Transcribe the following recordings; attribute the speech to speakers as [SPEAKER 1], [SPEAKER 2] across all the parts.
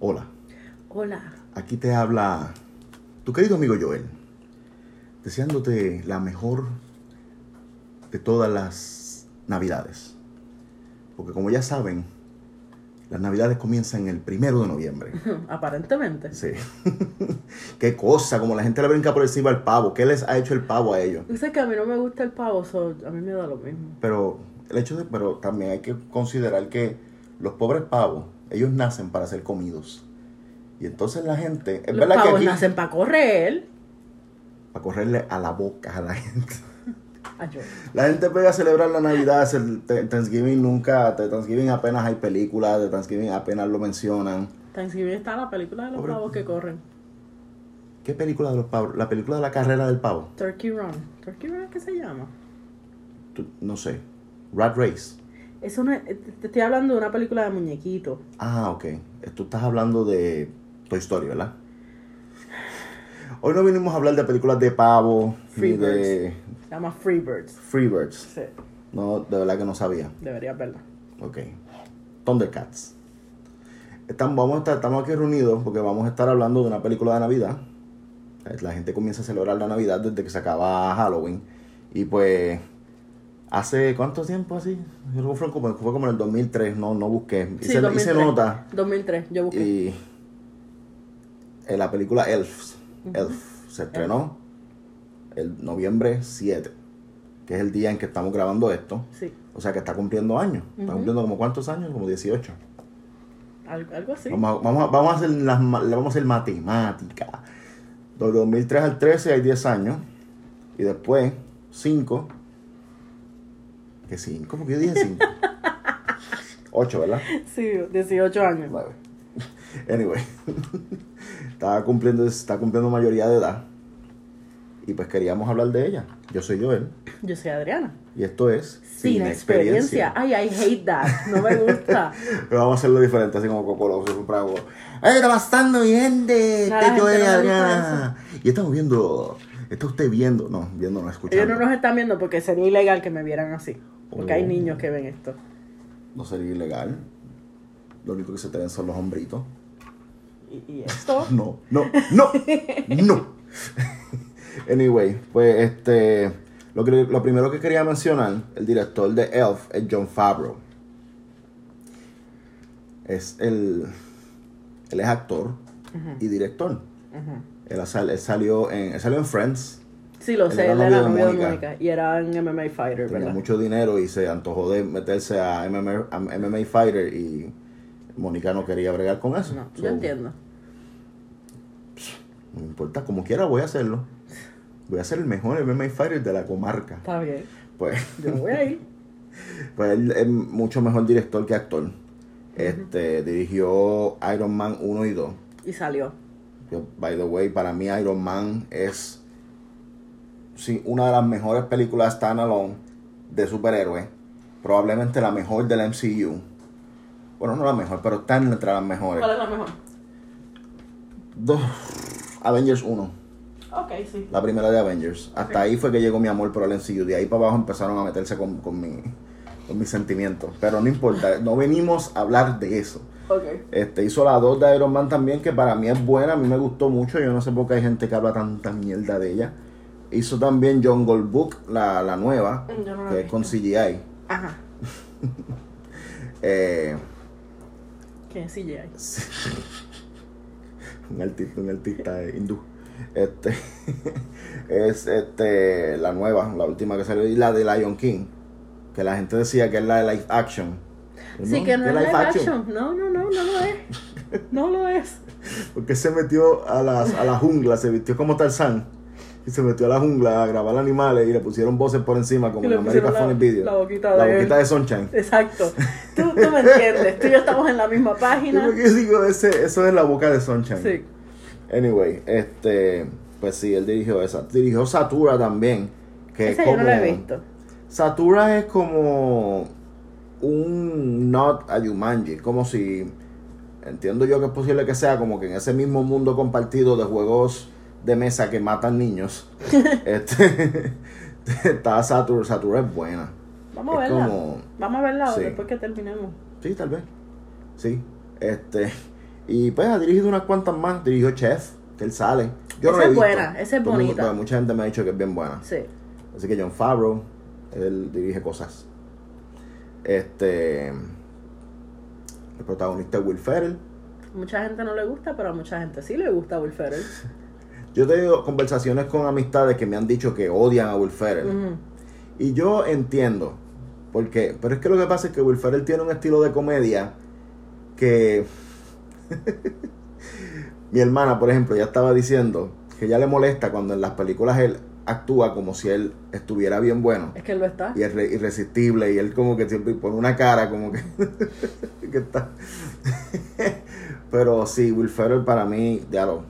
[SPEAKER 1] Hola,
[SPEAKER 2] Hola,
[SPEAKER 1] aquí te habla tu querido amigo Joel, deseándote la mejor de todas las navidades. Porque como ya saben, las navidades comienzan el primero de noviembre.
[SPEAKER 2] aparentemente.
[SPEAKER 1] Sí. qué cosa, como la gente le brinca por encima al pavo. ¿Qué les ha hecho el pavo a ellos?
[SPEAKER 2] Dice que a mí no me gusta el pavo, so a mí me da lo mismo.
[SPEAKER 1] Pero el hecho de, pero también hay que considerar que los pobres pavos, ellos nacen para ser comidos. Y entonces la gente, es
[SPEAKER 2] Los
[SPEAKER 1] verdad
[SPEAKER 2] pavos
[SPEAKER 1] que aquí
[SPEAKER 2] nacen para correr.
[SPEAKER 1] para correrle a la boca a la gente.
[SPEAKER 2] Ay, yo.
[SPEAKER 1] La gente pega a celebrar la Navidad, el te- Thanksgiving nunca, de Thanksgiving apenas hay películas, de Thanksgiving apenas lo mencionan.
[SPEAKER 2] Thanksgiving está la película de los
[SPEAKER 1] Pobre-
[SPEAKER 2] pavos que corren.
[SPEAKER 1] ¿Qué película de los pavos? La película de la carrera del pavo.
[SPEAKER 2] Turkey Run. ¿Turkey Run es que se llama?
[SPEAKER 1] Tú- no sé. Rat Race.
[SPEAKER 2] Es una, eh, te estoy hablando de una película de muñequito.
[SPEAKER 1] Ah, ok. Tú estás hablando de Toy Story, ¿verdad? Hoy no vinimos a hablar de películas de pavo ni de
[SPEAKER 2] Se llama Free Birds.
[SPEAKER 1] Freebirds.
[SPEAKER 2] Sí,
[SPEAKER 1] No, de verdad que no sabía.
[SPEAKER 2] deberías verla.
[SPEAKER 1] Ok. Thundercats. Estamos, vamos a estar, estamos aquí reunidos porque vamos a estar hablando de una película de Navidad. Eh, La gente comienza a celebrar la Navidad desde que se acaba Halloween. Y pues, hace cuánto tiempo así? Yo creo que Fue como, fue como en el 2003, no, no busqué. Y, se,
[SPEAKER 2] Sí,
[SPEAKER 1] y se
[SPEAKER 2] 2003.
[SPEAKER 1] nota.
[SPEAKER 2] 2003, yo busqué.
[SPEAKER 1] Y eh, la película Elf, Elf se estrenó el noviembre 7, que es el día en que estamos grabando esto.
[SPEAKER 2] Sí,
[SPEAKER 1] O sea que está cumpliendo años. Está
[SPEAKER 2] Ujú.
[SPEAKER 1] cumpliendo como cuántos años, como 18.
[SPEAKER 2] al- algo así.
[SPEAKER 1] Vamos, a, vamos, a, vamos a hacer las ma- vamos a hacer matemática. Del 2003 al 13 hay 10 años. Y después 5. ¿Qué 5? ¿Por qué yo dije 5? 8, ¿verdad?
[SPEAKER 2] Sí, 18 años.
[SPEAKER 1] 9. Anyway. está, cumpliendo, está cumpliendo mayoría de edad. Y pues queríamos hablar de ella. Yo soy Joel.
[SPEAKER 2] Yo soy Adriana.
[SPEAKER 1] Y esto es
[SPEAKER 2] Sin, experiencia. Ay, I hate that. No me gusta.
[SPEAKER 1] Pero vamos a hacerlo diferente, así como Cocolo, es un prago. ¡Ay, está pasando, mi gente! Este
[SPEAKER 2] No, la gente
[SPEAKER 1] Joel
[SPEAKER 2] no le gusta
[SPEAKER 1] Adriana. Y estamos viendo, está usted viendo, no, viendo, no, escuchando.
[SPEAKER 2] Ellos no nos están viendo porque sería ilegal que me vieran así. Porque hay
[SPEAKER 1] Oh.
[SPEAKER 2] niños que ven esto.
[SPEAKER 1] No sería ilegal. Lo único que se te ven son los hombritos.
[SPEAKER 2] Y, y esto.
[SPEAKER 1] No, no, no, no. anyway, pues este, lo, que, lo primero que quería mencionar, el director de Elf es John Favreau. Es el, él es actor y director.
[SPEAKER 2] Ujú.
[SPEAKER 1] Él, sal- él salió en, él salió en Friends,
[SPEAKER 2] Sí, lo
[SPEAKER 1] Él
[SPEAKER 2] sé,
[SPEAKER 1] era
[SPEAKER 2] él
[SPEAKER 1] novio
[SPEAKER 2] era
[SPEAKER 1] de
[SPEAKER 2] novio de
[SPEAKER 1] Mónica.
[SPEAKER 2] Mónica. Y era un MMA fighter,
[SPEAKER 1] tenía
[SPEAKER 2] ¿verdad?
[SPEAKER 1] mucho dinero y se antojó de meterse a MMA, a MMA Fighter y Mónica no quería bregar con eso.
[SPEAKER 2] No,
[SPEAKER 1] So,
[SPEAKER 2] yo entiendo.
[SPEAKER 1] No me importa, como quiera voy a hacerlo. Voy a ser el mejor MMA Fighter de la comarca.
[SPEAKER 2] Está bien.
[SPEAKER 1] Pues,
[SPEAKER 2] Yo voy ahí.
[SPEAKER 1] pues él es mucho mejor director que actor. Este, dirigió Iron Man 1 y 2.
[SPEAKER 2] Y salió.
[SPEAKER 1] Yo, by the way, para mí Iron Man es sí, una de las mejores películas standalone de superhéroes. Probablemente la mejor del MCU. Bueno, no la mejor, pero está entre las mejores.
[SPEAKER 2] ¿Cuál es la mejor?
[SPEAKER 1] Dos, Avengers 1,
[SPEAKER 2] Ok, sí.
[SPEAKER 1] la primera de Avengers. Hasta ahí fue que llegó mi amor por el MCU. De ahí para abajo empezaron a meterse con, con, mi, con mis sentimientos. Pero no importa, no venimos a hablar de eso.
[SPEAKER 2] Ok.
[SPEAKER 1] Este, hizo la 2 de Iron Man también, que para mí es buena, a mí me gustó mucho. Yo no sé por qué hay gente que habla tanta mierda de ella. Hizo también John Goldbook, la, la nueva,
[SPEAKER 2] Mm, Yo no la
[SPEAKER 1] que
[SPEAKER 2] he
[SPEAKER 1] es con CGI.
[SPEAKER 2] Ajá.
[SPEAKER 1] Eh,
[SPEAKER 2] ¿Qué es CGI?
[SPEAKER 1] un artista, un artista hindú. Este, es este, la nueva, la última que salió, y la de Lion King, que la gente decía que es la de live action.
[SPEAKER 2] Sí, que no es live action. No, no, no, no lo es. No lo es.
[SPEAKER 1] Porque se metió a, las, a la jungla, se vistió como Tarzán. Y se metió a la jungla a grabar animales y le pusieron voces por encima, como
[SPEAKER 2] Y
[SPEAKER 1] en
[SPEAKER 2] le
[SPEAKER 1] American
[SPEAKER 2] pusieron la-
[SPEAKER 1] Funny Video.
[SPEAKER 2] la boquita
[SPEAKER 1] La
[SPEAKER 2] de él.
[SPEAKER 1] boquita de Sunshine.
[SPEAKER 2] Exacto. Tú, tú me entiendes. Tú y yo estamos en la misma
[SPEAKER 1] Yo
[SPEAKER 2] página.
[SPEAKER 1] creo que digo, ese, eso es la boca de Sunshine.
[SPEAKER 2] Sí.
[SPEAKER 1] Anyway, este. Pues sí, él dirigió esa. Dirigió Satura también. Que es
[SPEAKER 2] Esa yo no la he
[SPEAKER 1] como-
[SPEAKER 2] visto.
[SPEAKER 1] Satura es como un not a Jumanji, como si entiendo yo que es posible que sea como que en ese mismo mundo compartido de juegos de mesa que matan niños. este está Satura, Satura es buena.
[SPEAKER 2] Vamos a
[SPEAKER 1] es
[SPEAKER 2] verla.
[SPEAKER 1] como
[SPEAKER 2] Vamos a verla
[SPEAKER 1] Sí.
[SPEAKER 2] después que terminemos.
[SPEAKER 1] sí, tal vez. Sí. Este Y pues ha dirigido unas cuantas más. Dirigió Chef, que él sale. Yo
[SPEAKER 2] Esa
[SPEAKER 1] no lo he
[SPEAKER 2] es
[SPEAKER 1] visto.
[SPEAKER 2] buena, esa es
[SPEAKER 1] Todo el mundo-
[SPEAKER 2] bonita.
[SPEAKER 1] pero mucha gente me ha dicho que es bien buena.
[SPEAKER 2] Sí.
[SPEAKER 1] Así que John Favreau, él dirige cosas. Este. El protagonista es Will Ferrell.
[SPEAKER 2] Mucha gente no le gusta, pero a mucha gente sí le gusta Will Ferrell.
[SPEAKER 1] Yo he tenido conversaciones con amistades que me han dicho que odian a Will Ferrell.
[SPEAKER 2] Ujú.
[SPEAKER 1] Y yo entiendo por qué. Pero es que lo que pasa es que Will Ferrell tiene un estilo de comedia que... Mi hermana, por ejemplo, ya estaba diciendo que ya le molesta cuando en las películas él actúa como si él estuviera bien bueno.
[SPEAKER 2] Es que él lo está.
[SPEAKER 1] Y es re- irresistible y él como que siempre pone una cara como que, que está... Pero sí, Will Ferrell para mí, ya lo...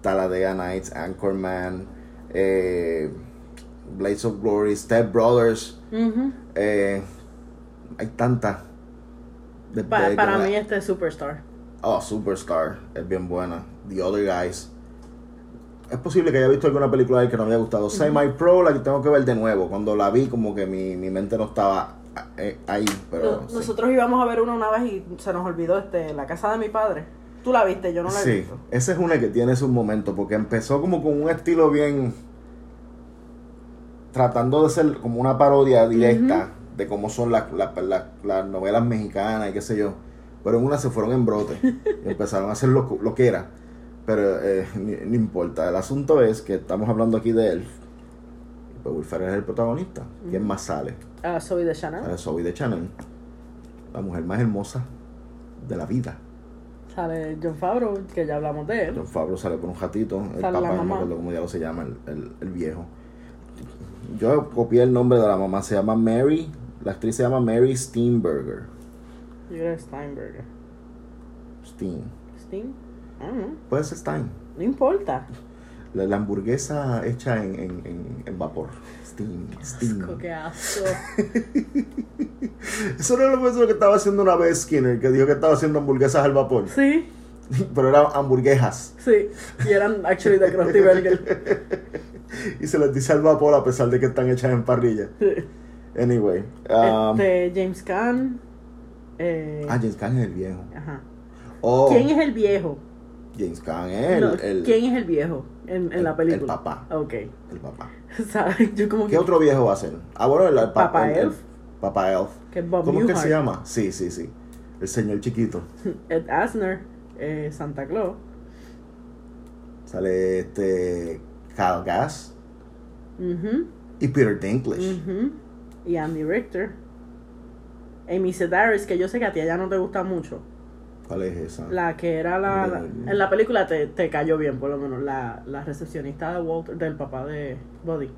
[SPEAKER 1] Talladega Nights, Anchorman, eh, Blades of Glory, Step Brothers,
[SPEAKER 2] Ujú.
[SPEAKER 1] eh, hay tantas. De-
[SPEAKER 2] Pa-
[SPEAKER 1] de-
[SPEAKER 2] para
[SPEAKER 1] como-
[SPEAKER 2] mí este es superstar.
[SPEAKER 1] Oh, Superstar, es bien buena. The Other Guys. Es posible que haya visto alguna película de él que no me haya gustado. Semi Pro, la que tengo que ver de nuevo. Cuando la vi, como que mi, mi mente no estaba eh, ahí. Pero
[SPEAKER 2] No-
[SPEAKER 1] sí.
[SPEAKER 2] Nosotros íbamos a ver una una vez y se nos olvidó este la casa de mi padre. Tú la viste, yo no la he
[SPEAKER 1] Sí,
[SPEAKER 2] visto.
[SPEAKER 1] esa es una que tiene sus momentos, porque empezó como con un estilo bien. tratando de ser como una parodia directa de cómo son las, las- las- las novelas mexicanas y qué sé yo. Pero en una se fueron en brote y empezaron a hacer lo, lo que era. Pero eh, ni- no importa, el asunto es que estamos hablando aquí de Elf. Y pues Will Ferrell es el protagonista. ¿Quién más sale?
[SPEAKER 2] Ah, soy de Chanel.
[SPEAKER 1] Sale Zoe de Chanel, la mujer más hermosa de la vida.
[SPEAKER 2] Sale John Favreau, que ya hablamos de él.
[SPEAKER 1] Don Fabro sale por un ratito. El
[SPEAKER 2] Sale
[SPEAKER 1] papá,
[SPEAKER 2] la
[SPEAKER 1] no me
[SPEAKER 2] mamá.
[SPEAKER 1] acuerdo cómo diablo se llama, el, el- el viejo. Yo copié el nombre de la mamá, se llama Mary. La actriz se llama Mary Steenberger.
[SPEAKER 2] Yo creo que es Steinberger.
[SPEAKER 1] Steen.
[SPEAKER 2] Steam. I don't know.
[SPEAKER 1] Puede ser Stein.
[SPEAKER 2] No importa.
[SPEAKER 1] La, la hamburguesa hecha en, en- en- en vapor. Steam. Steam.
[SPEAKER 2] Asco, qué asco.
[SPEAKER 1] Eso era lo mismo que estaba haciendo una vez Skinner, que dijo que estaba haciendo hamburguesas al vapor.
[SPEAKER 2] Sí,
[SPEAKER 1] Pero eran hamburguesas.
[SPEAKER 2] sí. Y eran actually de Krusty Burger.
[SPEAKER 1] Y se les dice al vapor a pesar de que están hechas en parrilla.
[SPEAKER 2] Sí.
[SPEAKER 1] Anyway. um,
[SPEAKER 2] este, James Caan. eh,
[SPEAKER 1] Ah, James Caan es el viejo.
[SPEAKER 2] ajá.
[SPEAKER 1] Oh.
[SPEAKER 2] ¿Quién es el viejo?
[SPEAKER 1] James Caan es el,
[SPEAKER 2] No,
[SPEAKER 1] el-
[SPEAKER 2] ¿Quién es el viejo en, en
[SPEAKER 1] el-
[SPEAKER 2] la película?
[SPEAKER 1] el papá.
[SPEAKER 2] Ok.
[SPEAKER 1] el papá.
[SPEAKER 2] ¿Sabes? Yo como
[SPEAKER 1] ¿Qué
[SPEAKER 2] que.
[SPEAKER 1] otro viejo va a ser? Ah, bueno, el, el pa-
[SPEAKER 2] Papá
[SPEAKER 1] el- el-
[SPEAKER 2] Elf.
[SPEAKER 1] Papá Elf.
[SPEAKER 2] que Bob
[SPEAKER 1] ¿Cómo es que
[SPEAKER 2] Newhart,
[SPEAKER 1] se llama? Sí, sí, sí. El señor chiquito.
[SPEAKER 2] Ed Asner, eh, Santa Claus.
[SPEAKER 1] Sale este Kyle Gass
[SPEAKER 2] Ujú,
[SPEAKER 1] y Peter Dinklage.
[SPEAKER 2] ujú. Y Andy Richter. Amy Sedaris, que yo sé que a ti ya no te gusta mucho.
[SPEAKER 1] ¿Cuál es esa?
[SPEAKER 2] La que era la. la- en la película te, te cayó bien, por lo menos. La, la recepcionista de Walter, del papá de Buddy.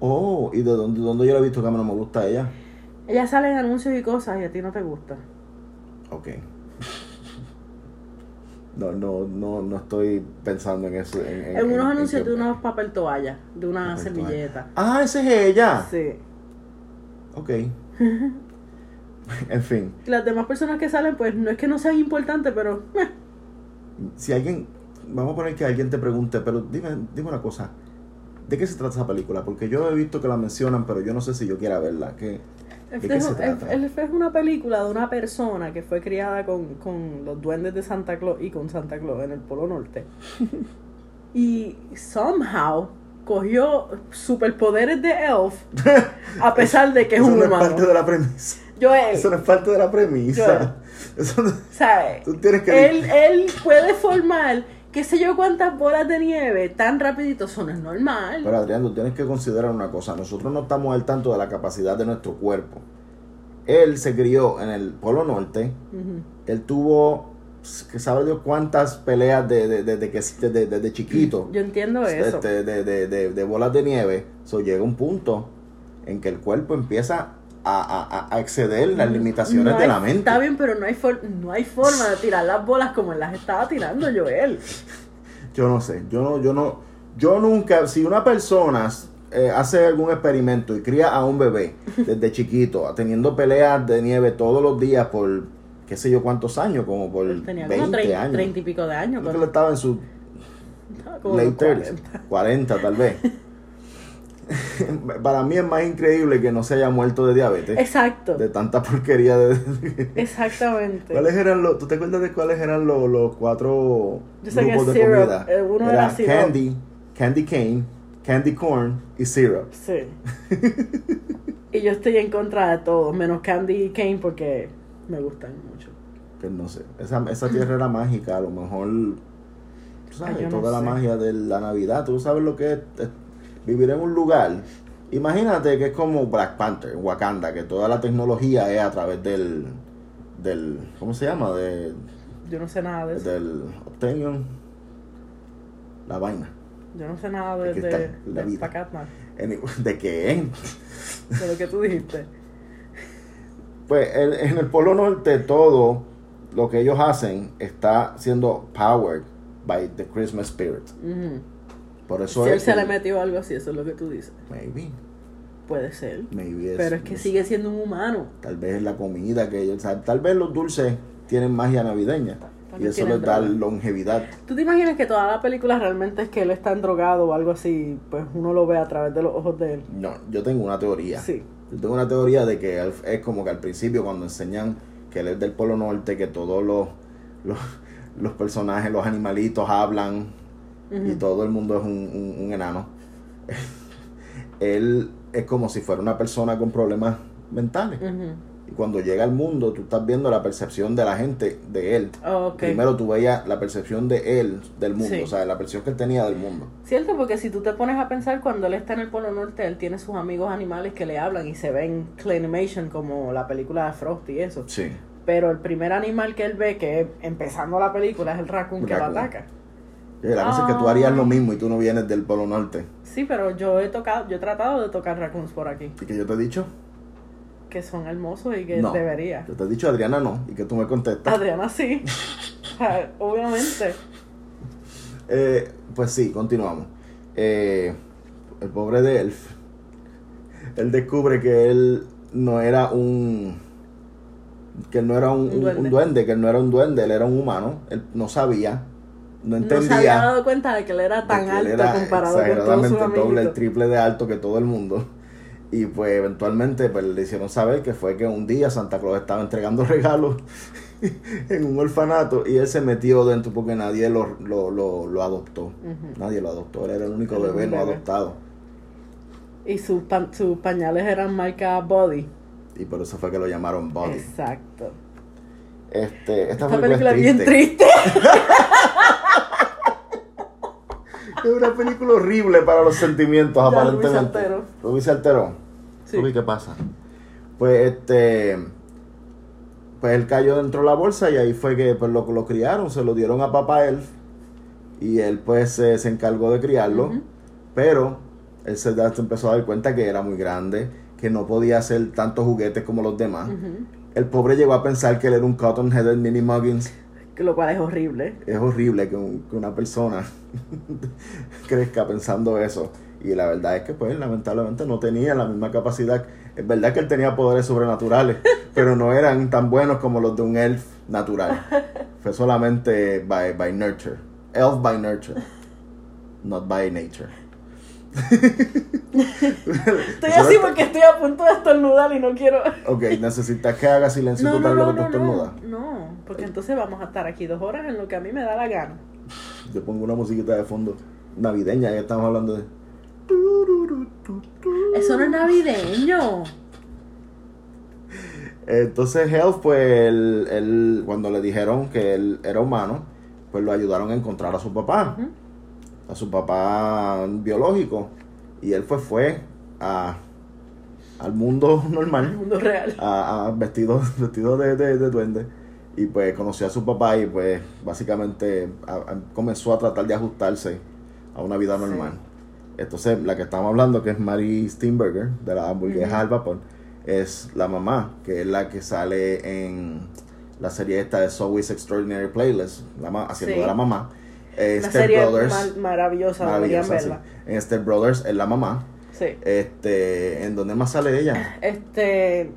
[SPEAKER 1] Oh, ¿y de dónde, dónde yo la he visto que a mí no me gusta ella?
[SPEAKER 2] Ella sale en anuncios y cosas y a ti no te gusta.
[SPEAKER 1] Ok. No, no, no, no estoy pensando en eso. En, en-
[SPEAKER 2] En
[SPEAKER 1] en-
[SPEAKER 2] unos
[SPEAKER 1] en
[SPEAKER 2] anuncios
[SPEAKER 1] que-
[SPEAKER 2] de unos papel toalla, de una
[SPEAKER 1] Papel toalla.
[SPEAKER 2] servilleta.
[SPEAKER 1] Ah, esa es ella.
[SPEAKER 2] Sí.
[SPEAKER 1] Ok. en fin.
[SPEAKER 2] Las demás personas que salen, pues no es que no sean importantes, pero. meh.
[SPEAKER 1] si alguien, vamos a poner que alguien te pregunte, pero dime, dime una cosa, ¿de qué se trata esa película? Porque yo he visto que la mencionan, pero yo no sé si yo quiera verla. ¿Qué? ¿De qué se
[SPEAKER 2] Elf-
[SPEAKER 1] trata?
[SPEAKER 2] Elf este es una película de una persona que fue criada con, con los duendes de Santa Claus y con Santa Claus en el Polo Norte. y somehow cogió superpoderes de Elf a pesar de que es
[SPEAKER 1] eso
[SPEAKER 2] un
[SPEAKER 1] no es
[SPEAKER 2] humano. eh,
[SPEAKER 1] parte de la premisa.
[SPEAKER 2] Joel,
[SPEAKER 1] Eso no es parte de la premisa. Eso no-
[SPEAKER 2] ¿sabes?
[SPEAKER 1] tú tienes que...
[SPEAKER 2] Él, él puede formar qué sé yo cuántas bolas de nieve tan rapidito, eso no es normal.
[SPEAKER 1] Pero Adrián, tú tienes que considerar una cosa. Nosotros no estamos al tanto de la capacidad de nuestro cuerpo. Él se crió en el Polo Norte.
[SPEAKER 2] Ujú.
[SPEAKER 1] Él tuvo, que sabe Dios cuántas peleas desde de, de que- de- de- de- de chiquito.
[SPEAKER 2] Yo entiendo eso.
[SPEAKER 1] este, de, de, de- de bolas de nieve, so, llega un punto en que el cuerpo empieza a, a- a- a exceder las limitaciones
[SPEAKER 2] Mm, No
[SPEAKER 1] de
[SPEAKER 2] hay-
[SPEAKER 1] la mente.
[SPEAKER 2] Está bien, pero no hay, for- no hay forma de tirar las bolas como él las estaba tirando Joel.
[SPEAKER 1] Yo no sé, yo no, yo no, yo nunca, si una persona eh, hace algún experimento y cría a un bebé desde chiquito, teniendo peleas de nieve todos los días por qué sé yo cuántos años, como por
[SPEAKER 2] Él Pues tenía
[SPEAKER 1] 20
[SPEAKER 2] como 30,
[SPEAKER 1] años.
[SPEAKER 2] 30 y pico de años.
[SPEAKER 1] Creo que
[SPEAKER 2] pero
[SPEAKER 1] él estaba en su
[SPEAKER 2] estaba como en
[SPEAKER 1] late
[SPEAKER 2] los
[SPEAKER 1] 30s, 40 tal vez. Para mí es más increíble que no se haya muerto de diabetes.
[SPEAKER 2] Exacto.
[SPEAKER 1] De tanta porquería de...
[SPEAKER 2] Exactamente.
[SPEAKER 1] ¿Cuáles eran los... ¿Tú te acuerdas de cuáles eran los, los cuatro
[SPEAKER 2] Yo sé que
[SPEAKER 1] grupos de
[SPEAKER 2] syrup,
[SPEAKER 1] comida?
[SPEAKER 2] eh, uno era syrup.
[SPEAKER 1] candy, candy cane, candy corn y syrup.
[SPEAKER 2] Sí. y yo estoy en contra de todos, menos Candy y Kane porque me gustan mucho.
[SPEAKER 1] Que no sé. Esa, esa tierra era mágica, a lo mejor... Tú sabes,
[SPEAKER 2] Ay, yo no
[SPEAKER 1] toda la
[SPEAKER 2] sé.
[SPEAKER 1] magia de la Navidad. Tú sabes lo que es eh, vivir en un lugar. Imagínate que es como Black Panther, Wakanda, que toda la tecnología es a través del... del ¿Cómo se llama? De,
[SPEAKER 2] Yo no sé nada de eso.
[SPEAKER 1] del Obtention. La vaina.
[SPEAKER 2] Yo no sé nada de,
[SPEAKER 1] Aquí
[SPEAKER 2] de,
[SPEAKER 1] está, la
[SPEAKER 2] del
[SPEAKER 1] vida.
[SPEAKER 2] Pacatman,
[SPEAKER 1] Anyway, ¿De qué?
[SPEAKER 2] de lo que tú dijiste.
[SPEAKER 1] Pues el- en el Polo Norte todo lo que ellos hacen está siendo powered by the Christmas spirit.
[SPEAKER 2] Ujú.
[SPEAKER 1] Por eso
[SPEAKER 2] Si él
[SPEAKER 1] es
[SPEAKER 2] se
[SPEAKER 1] que-
[SPEAKER 2] le metió algo así, eso es lo que tú dices.
[SPEAKER 1] Maybe,
[SPEAKER 2] Puede ser.
[SPEAKER 1] maybe
[SPEAKER 2] Pero es que
[SPEAKER 1] no sé,
[SPEAKER 2] sigue siendo un humano.
[SPEAKER 1] Tal vez es la comida que ellos... Tal, tal vez los dulces tienen magia navideña. Y
[SPEAKER 2] También
[SPEAKER 1] eso
[SPEAKER 2] Pues tienen
[SPEAKER 1] les da
[SPEAKER 2] droga.
[SPEAKER 1] longevidad.
[SPEAKER 2] ¿Tú te imaginas que toda la película realmente es que él está drogado o algo así? Pues uno lo ve a través de los ojos de él.
[SPEAKER 1] No, yo tengo una teoría.
[SPEAKER 2] Sí.
[SPEAKER 1] Yo tengo una teoría de que él- es como que al principio cuando enseñan que él es del Polo Norte, que todos los, los, los personajes, los animalitos hablan y
[SPEAKER 2] Ujú.
[SPEAKER 1] todo el mundo es un, un- un enano. él es como si fuera una persona con problemas mentales.
[SPEAKER 2] Ujú.
[SPEAKER 1] Y cuando llega al mundo, tú estás viendo la percepción de la gente de él.
[SPEAKER 2] Ok.
[SPEAKER 1] Primero tú veías la percepción de él del mundo,
[SPEAKER 2] Sí.
[SPEAKER 1] o sea, la percepción que él tenía del mundo.
[SPEAKER 2] Cierto, porque si tú te pones a pensar, cuando él está en el Polo Norte, él tiene sus amigos animales que le hablan y se ven claymation como la película de Frost y eso.
[SPEAKER 1] Sí.
[SPEAKER 2] Pero el primer animal que él ve, que es- empezando la película, es el raccoon que lo
[SPEAKER 1] Raccoon.
[SPEAKER 2] ataca.
[SPEAKER 1] la cosa es que tú
[SPEAKER 2] Ah.
[SPEAKER 1] harías lo mismo y tú no vienes del Polo Norte.
[SPEAKER 2] Sí, pero yo he tocado, yo he tratado de tocar raccoons por aquí,
[SPEAKER 1] ¿Y que yo te he dicho?
[SPEAKER 2] que son hermosos y que
[SPEAKER 1] No.
[SPEAKER 2] debería.
[SPEAKER 1] Yo te he dicho, Adriana, no. Y que tú me contestas.
[SPEAKER 2] Adriana sí. O sea, Obviamente.
[SPEAKER 1] Eh, pues sí, continuamos. Eh, el pobre de Elf. Él descubre que él no era un. Que él no era un,
[SPEAKER 2] Un
[SPEAKER 1] un- un duende.
[SPEAKER 2] duende.
[SPEAKER 1] que él no era un duende, él era un humano. Él no sabía, no
[SPEAKER 2] No se había
[SPEAKER 1] entendía.
[SPEAKER 2] dado cuenta de que él era
[SPEAKER 1] de
[SPEAKER 2] tan
[SPEAKER 1] que
[SPEAKER 2] alto
[SPEAKER 1] él era
[SPEAKER 2] comparado con todos sus
[SPEAKER 1] exageradamente el doble, el
[SPEAKER 2] amiguitos.
[SPEAKER 1] triple de alto que todo el mundo. Y pues eventualmente pues, le hicieron saber que fue que un día Santa Claus estaba entregando regalos en un orfanato y él se metió dentro porque nadie lo, lo, lo, lo adoptó.
[SPEAKER 2] Ujú.
[SPEAKER 1] Nadie lo adoptó, él era el único
[SPEAKER 2] Era un
[SPEAKER 1] bebé no
[SPEAKER 2] bebé.
[SPEAKER 1] adoptado.
[SPEAKER 2] Y sus pa- sus pañales eran marca Body.
[SPEAKER 1] Y por eso fue que lo llamaron Body.
[SPEAKER 2] Exacto.
[SPEAKER 1] Este, esta,
[SPEAKER 2] Esta película es bien
[SPEAKER 1] triste.
[SPEAKER 2] triste.
[SPEAKER 1] Es una película horrible para los sentimientos,
[SPEAKER 2] Ya, Luis
[SPEAKER 1] aparentemente.
[SPEAKER 2] Alteró.
[SPEAKER 1] Luis Alteró.
[SPEAKER 2] Sí.
[SPEAKER 1] Ruby, ¿qué pasa? Pues este. Pues él cayó dentro de la bolsa y ahí fue que pues, lo, lo criaron, se lo dieron a papá él. Y él pues se, se encargó de criarlo.
[SPEAKER 2] Ujú.
[SPEAKER 1] Pero él se, da- se empezó a dar cuenta que era muy grande, que no podía hacer tantos juguetes como los demás.
[SPEAKER 2] Ujú.
[SPEAKER 1] El pobre llegó a pensar que él era un cotton headed mini muggins.
[SPEAKER 2] Que Lo cual es horrible.
[SPEAKER 1] Es horrible que, un- que una persona crezca pensando eso. Y la verdad es que, pues, lamentablemente no tenía la misma capacidad. Es verdad que él tenía poderes sobrenaturales, pero no eran tan buenos como los de un elf natural. Fue solamente by, by nurture. Elf by nurture. Not by nature.
[SPEAKER 2] Estoy así porque estoy a punto de estornudar y no quiero.
[SPEAKER 1] Ok, necesitas que haga silencio
[SPEAKER 2] No, no,
[SPEAKER 1] total
[SPEAKER 2] no,
[SPEAKER 1] lo que
[SPEAKER 2] no,
[SPEAKER 1] tú
[SPEAKER 2] no.
[SPEAKER 1] estornudas.
[SPEAKER 2] No, porque entonces vamos a estar aquí dos horas en lo que a mí me da la gana.
[SPEAKER 1] Yo pongo una musiquita de fondo navideña, ya estamos hablando de.
[SPEAKER 2] Eso no es navideño.
[SPEAKER 1] Entonces Health, pues él, él, cuando le dijeron que él era humano, pues lo ayudaron a encontrar a su papá,
[SPEAKER 2] Ujú.
[SPEAKER 1] a su papá biológico. Y él pues fue a, al mundo
[SPEAKER 2] El
[SPEAKER 1] normal,
[SPEAKER 2] mundo real.
[SPEAKER 1] a, a- vestido, vestido de, de- de duende. Y pues conoció a su papá y pues básicamente a- a- comenzó a tratar de ajustarse a una vida
[SPEAKER 2] Sí.
[SPEAKER 1] normal. Entonces la que estamos hablando, que es Mary Steinberger, de la hamburguesa
[SPEAKER 2] Ujú.
[SPEAKER 1] al vapor, es la mamá, que es la que sale en la serie esta de Zoe's Extraordinary Playlist, la ma- haciendo
[SPEAKER 2] Sí.
[SPEAKER 1] de la mamá. Eh,
[SPEAKER 2] Una
[SPEAKER 1] Step
[SPEAKER 2] serie
[SPEAKER 1] Brothers,
[SPEAKER 2] mal- maravillosa, deberían
[SPEAKER 1] maravillosa, sí.
[SPEAKER 2] verla.
[SPEAKER 1] En Step Brothers es la mamá.
[SPEAKER 2] Sí.
[SPEAKER 1] Este, ¿En dónde más sale ella?
[SPEAKER 2] Este.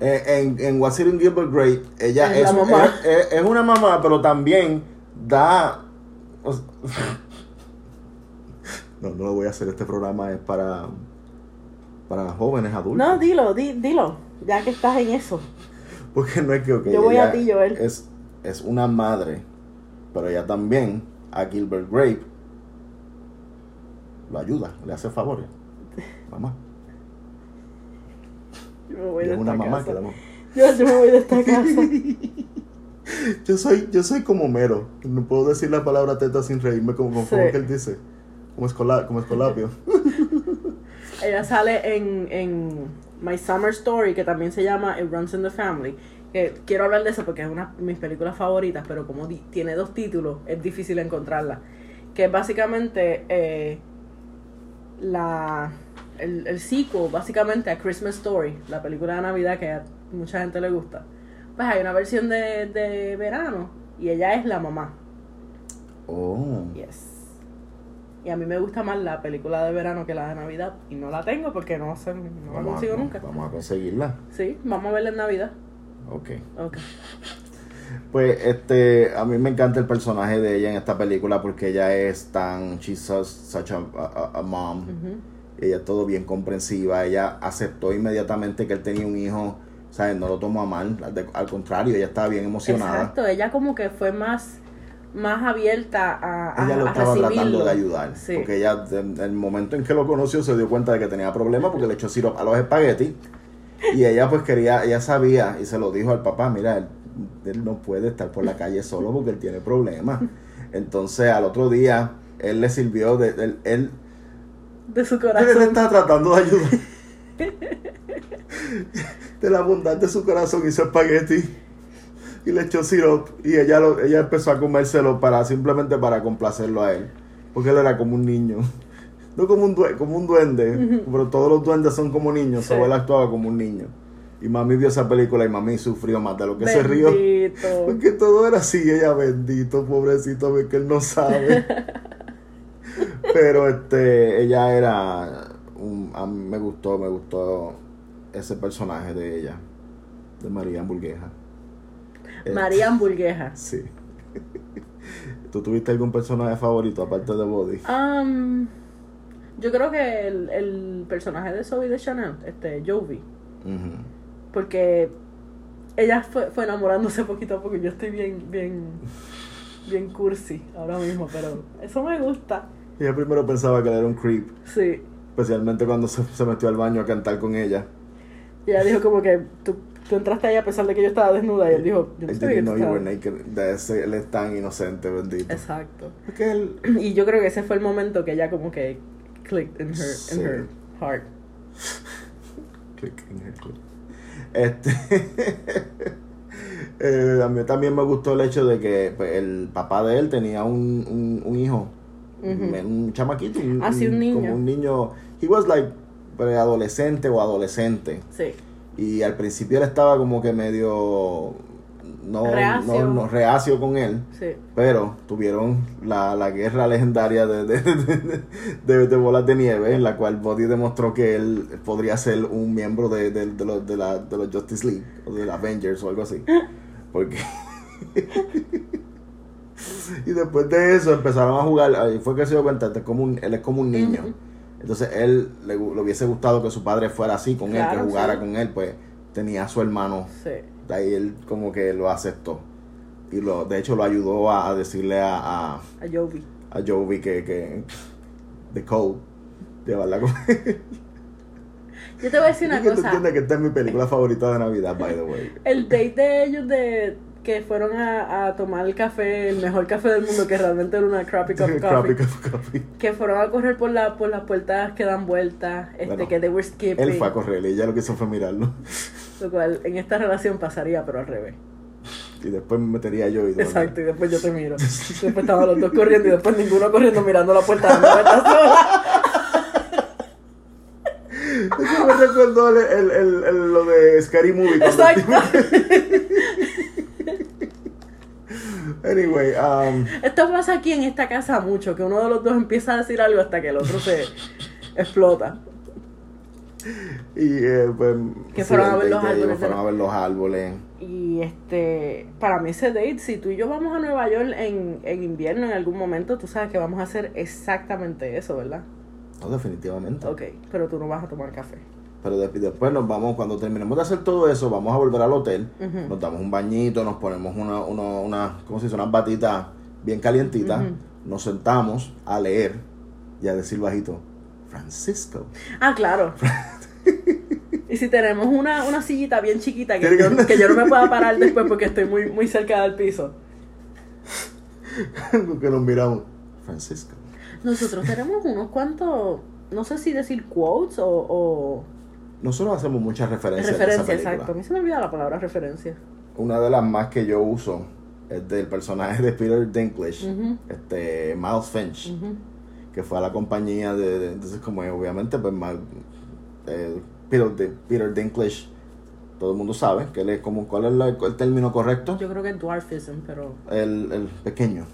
[SPEAKER 1] Eh, en, en What's It in Gilbert Grape, ella
[SPEAKER 2] Es
[SPEAKER 1] es,
[SPEAKER 2] la mamá.
[SPEAKER 1] es- es- es una mamá, pero también da. o s- No, no lo voy a hacer. Este programa es para, para jóvenes adultos.
[SPEAKER 2] No, dilo, di- dilo, ya que estás en eso.
[SPEAKER 1] Porque no es que, ok,
[SPEAKER 2] Yo voy
[SPEAKER 1] ella
[SPEAKER 2] a ti, Joel.
[SPEAKER 1] Es, es una madre, pero ella también a Gilbert Grape lo ayuda, le hace favores. Mamá.
[SPEAKER 2] Yo me
[SPEAKER 1] Yo
[SPEAKER 2] voy de
[SPEAKER 1] es una
[SPEAKER 2] esta
[SPEAKER 1] mamá que
[SPEAKER 2] casa.
[SPEAKER 1] la mo-
[SPEAKER 2] Yo, yo me voy de esta casa.
[SPEAKER 1] Yo soy, yo soy como Homero. No puedo decir la palabra teta sin reírme como, como,
[SPEAKER 2] Sí.
[SPEAKER 1] como que él dice. Como, escola, como escolapio.
[SPEAKER 2] Ella sale en, en My Summer Story, que también se llama It Runs in the Family. Que quiero hablar de eso porque es una de mis películas favoritas, pero como di- tiene dos títulos, es difícil encontrarla. Que es básicamente eh, la, el, el sequel, básicamente a Christmas Story, la película de Navidad que a mucha gente le gusta. Pues hay una versión de, de verano y ella es la mamá.
[SPEAKER 1] Oh.
[SPEAKER 2] Yes. Y a mí me gusta más la película de verano que la de Navidad. Y no la tengo porque no, sé, no la
[SPEAKER 1] Vamos a-
[SPEAKER 2] consigo nunca.
[SPEAKER 1] Vamos a conseguirla.
[SPEAKER 2] Sí, vamos a verla en Navidad.
[SPEAKER 1] Ok.
[SPEAKER 2] Ok.
[SPEAKER 1] Pues este, a mí me encanta el personaje de ella en esta película porque ella es tan, she's such, such a, a- a mom.
[SPEAKER 2] Ujú.
[SPEAKER 1] Ella es todo bien comprensiva, ella aceptó inmediatamente que él tenía un hijo, ¿sabes? No lo tomó a mal, al, de- al contrario, ella estaba bien emocionada.
[SPEAKER 2] Exacto, ella como que fue más, más abierta a, a,
[SPEAKER 1] Ella lo
[SPEAKER 2] a
[SPEAKER 1] estaba tratando
[SPEAKER 2] recibirlo.
[SPEAKER 1] de ayudar,
[SPEAKER 2] Sí.
[SPEAKER 1] porque ella, de- en el momento en que lo conoció, se dio cuenta de que tenía problemas porque le echó sirope a los espaguetis. Y ella pues quería, ella sabía y se lo dijo al papá, mira, él, él no puede estar por la calle solo porque él tiene problemas. Entonces al otro día, él le sirvió, de, él, él,
[SPEAKER 2] De su
[SPEAKER 1] él le
[SPEAKER 2] corazón.
[SPEAKER 1] está tratando de ayudar. De la bondad de su corazón hizo espagueti y le echó sirope y ella, lo, ella empezó a comérselo para simplemente para complacerlo a él. Porque él era como un niño. No como un, due- como un duende,
[SPEAKER 2] Ujú.
[SPEAKER 1] pero todos los duendes son como niños.
[SPEAKER 2] Sí.
[SPEAKER 1] Su abuela actuaba como un niño. Y mami vio esa película y mami sufrió más de lo que se rió.
[SPEAKER 2] Bendito.
[SPEAKER 1] Porque todo era así, y ella bendito, pobrecito, ve que él no sabe. Pero este, ella era un- a mí me gustó, me gustó ese personaje de ella, de María Hamburguesa. Eh,
[SPEAKER 2] María Hamburguesa.
[SPEAKER 1] Sí. ¿Tú tuviste algún personaje favorito aparte de Body?
[SPEAKER 2] Um, yo creo que el, el personaje de Zoe de Chanel, este, Jovi,
[SPEAKER 1] Ujú.
[SPEAKER 2] porque ella fue, fue enamorándose poquito a poco. Yo estoy bien, bien, bien cursi ahora mismo, pero eso me gusta.
[SPEAKER 1] Ella primero pensaba que él era un creep,
[SPEAKER 2] Sí.
[SPEAKER 1] especialmente cuando se, se metió al baño a cantar con ella.
[SPEAKER 2] Y ella dijo como que tú, tú entraste ahí a pesar de que yo estaba desnuda. Y él dijo, yo no
[SPEAKER 1] I
[SPEAKER 2] sabía que
[SPEAKER 1] didn't
[SPEAKER 2] tú
[SPEAKER 1] know you were
[SPEAKER 2] estabas.
[SPEAKER 1] naked. De ese, él es tan inocente, bendito.
[SPEAKER 2] Exacto.
[SPEAKER 1] Porque él,
[SPEAKER 2] Y yo creo que ese fue el momento que ella como que clicked in her,
[SPEAKER 1] Sí.
[SPEAKER 2] in her heart.
[SPEAKER 1] Click en el click. Este. eh, a mí también me gustó el hecho de que pues, el papá de él tenía un, un, un hijo.
[SPEAKER 2] Ujú.
[SPEAKER 1] Un chamaquito. Un,
[SPEAKER 2] Ah, sí, un niño.
[SPEAKER 1] Como un niño. He was like preadolescente o adolescente.
[SPEAKER 2] Sí.
[SPEAKER 1] Y al principio él estaba como que medio. No,
[SPEAKER 2] Reacio.
[SPEAKER 1] no, no, reacio con él.
[SPEAKER 2] Sí.
[SPEAKER 1] Pero tuvieron la, la guerra legendaria de, de, de- de- de bolas de nieve, en la cual Buddy demostró que él podría ser un miembro de, de- de los, de, la- de los Justice League, o de los Avengers o algo así. Porque. y después de eso empezaron a jugar, ahí fue que se dio cuenta, este es como un- él es como un niño.
[SPEAKER 2] Ujú.
[SPEAKER 1] Entonces él le, gu- le hubiese gustado que su padre fuera así con él, que
[SPEAKER 2] Claro,
[SPEAKER 1] jugara
[SPEAKER 2] sí.
[SPEAKER 1] con él, pues tenía a su hermano
[SPEAKER 2] Sí.
[SPEAKER 1] de ahí él como que lo aceptó. Y lo, de hecho lo ayudó a, a decirle a, a,
[SPEAKER 2] A Jovi.
[SPEAKER 1] a Jovi que, que The Code. Llevarla con
[SPEAKER 2] Yo te voy a decir una
[SPEAKER 1] que tú
[SPEAKER 2] cosa.
[SPEAKER 1] entiendes que esta es mi película favorita de Navidad, by the way.
[SPEAKER 2] El date de ellos de que fueron a, a tomar el café, el mejor café del mundo, que realmente era una crappy cup of
[SPEAKER 1] Crappy
[SPEAKER 2] coffee.
[SPEAKER 1] Cup of Coffee.
[SPEAKER 2] Que fueron a correr por, la, por las puertas que dan vueltas, este,
[SPEAKER 1] Bueno,
[SPEAKER 2] que they were skipping.
[SPEAKER 1] Él fue a correr y ella lo que hizo fue mirarlo.
[SPEAKER 2] Lo cual en esta relación pasaría, pero al revés.
[SPEAKER 1] Y después me metería yo y todo.
[SPEAKER 2] Exacto, y después yo te miro. Después estaban los dos corriendo y después ninguno corriendo mirando la puerta dando vueltas sola.
[SPEAKER 1] Eso me recordó el, el, el- el- lo de Scary Movie. cuando el tipo-
[SPEAKER 2] Exacto.
[SPEAKER 1] Anyway, um,
[SPEAKER 2] Esto pasa aquí en esta casa mucho, que uno de los dos empieza a decir algo hasta que el otro se explota.
[SPEAKER 1] Y eh, pues.
[SPEAKER 2] Que
[SPEAKER 1] sí,
[SPEAKER 2] fueron a ver
[SPEAKER 1] el
[SPEAKER 2] los
[SPEAKER 1] date de ellos,
[SPEAKER 2] árboles de
[SPEAKER 1] Fueron a
[SPEAKER 2] la-
[SPEAKER 1] ver los árboles.
[SPEAKER 2] Y este, para mí ese date, si tú y yo vamos a Nueva York en, en invierno en algún momento, tú sabes que vamos a hacer exactamente eso, ¿verdad?
[SPEAKER 1] No, definitivamente.
[SPEAKER 2] Ok, pero tú no vas a tomar café.
[SPEAKER 1] Pero de- después nos vamos, cuando terminemos de hacer todo eso, vamos a volver al hotel.
[SPEAKER 2] Ujú.
[SPEAKER 1] Nos damos un bañito, nos ponemos una, una, una ¿cómo se dice? Unas batitas bien calientitas.
[SPEAKER 2] Ujú.
[SPEAKER 1] Nos sentamos a leer y a decir bajito, Francisco.
[SPEAKER 2] Ah, claro. y si tenemos una, una sillita bien chiquita que
[SPEAKER 1] Tiene que-
[SPEAKER 2] yo, que yo no me pueda parar después porque estoy muy, muy cerca del piso.
[SPEAKER 1] que nos miramos, Francisco.
[SPEAKER 2] Nosotros tenemos unos cuantos, no sé si decir quotes o, o
[SPEAKER 1] Nosotros hacemos muchas referencias a
[SPEAKER 2] referencias,
[SPEAKER 1] esa película.
[SPEAKER 2] exacto. A mí se me olvida la palabra referencia.
[SPEAKER 1] Una de las más que yo uso es del personaje de Peter Dinklage,
[SPEAKER 2] Ujú,
[SPEAKER 1] este Miles Finch,
[SPEAKER 2] ujú.
[SPEAKER 1] que fue a la compañía de, de- entonces como es, obviamente pues Mal- eh, Peter, de- Peter Dinklage, todo el mundo sabe que él es como cuál es la- el término correcto,
[SPEAKER 2] Yo creo que es dwarfism, pero...
[SPEAKER 1] el, el pequeño.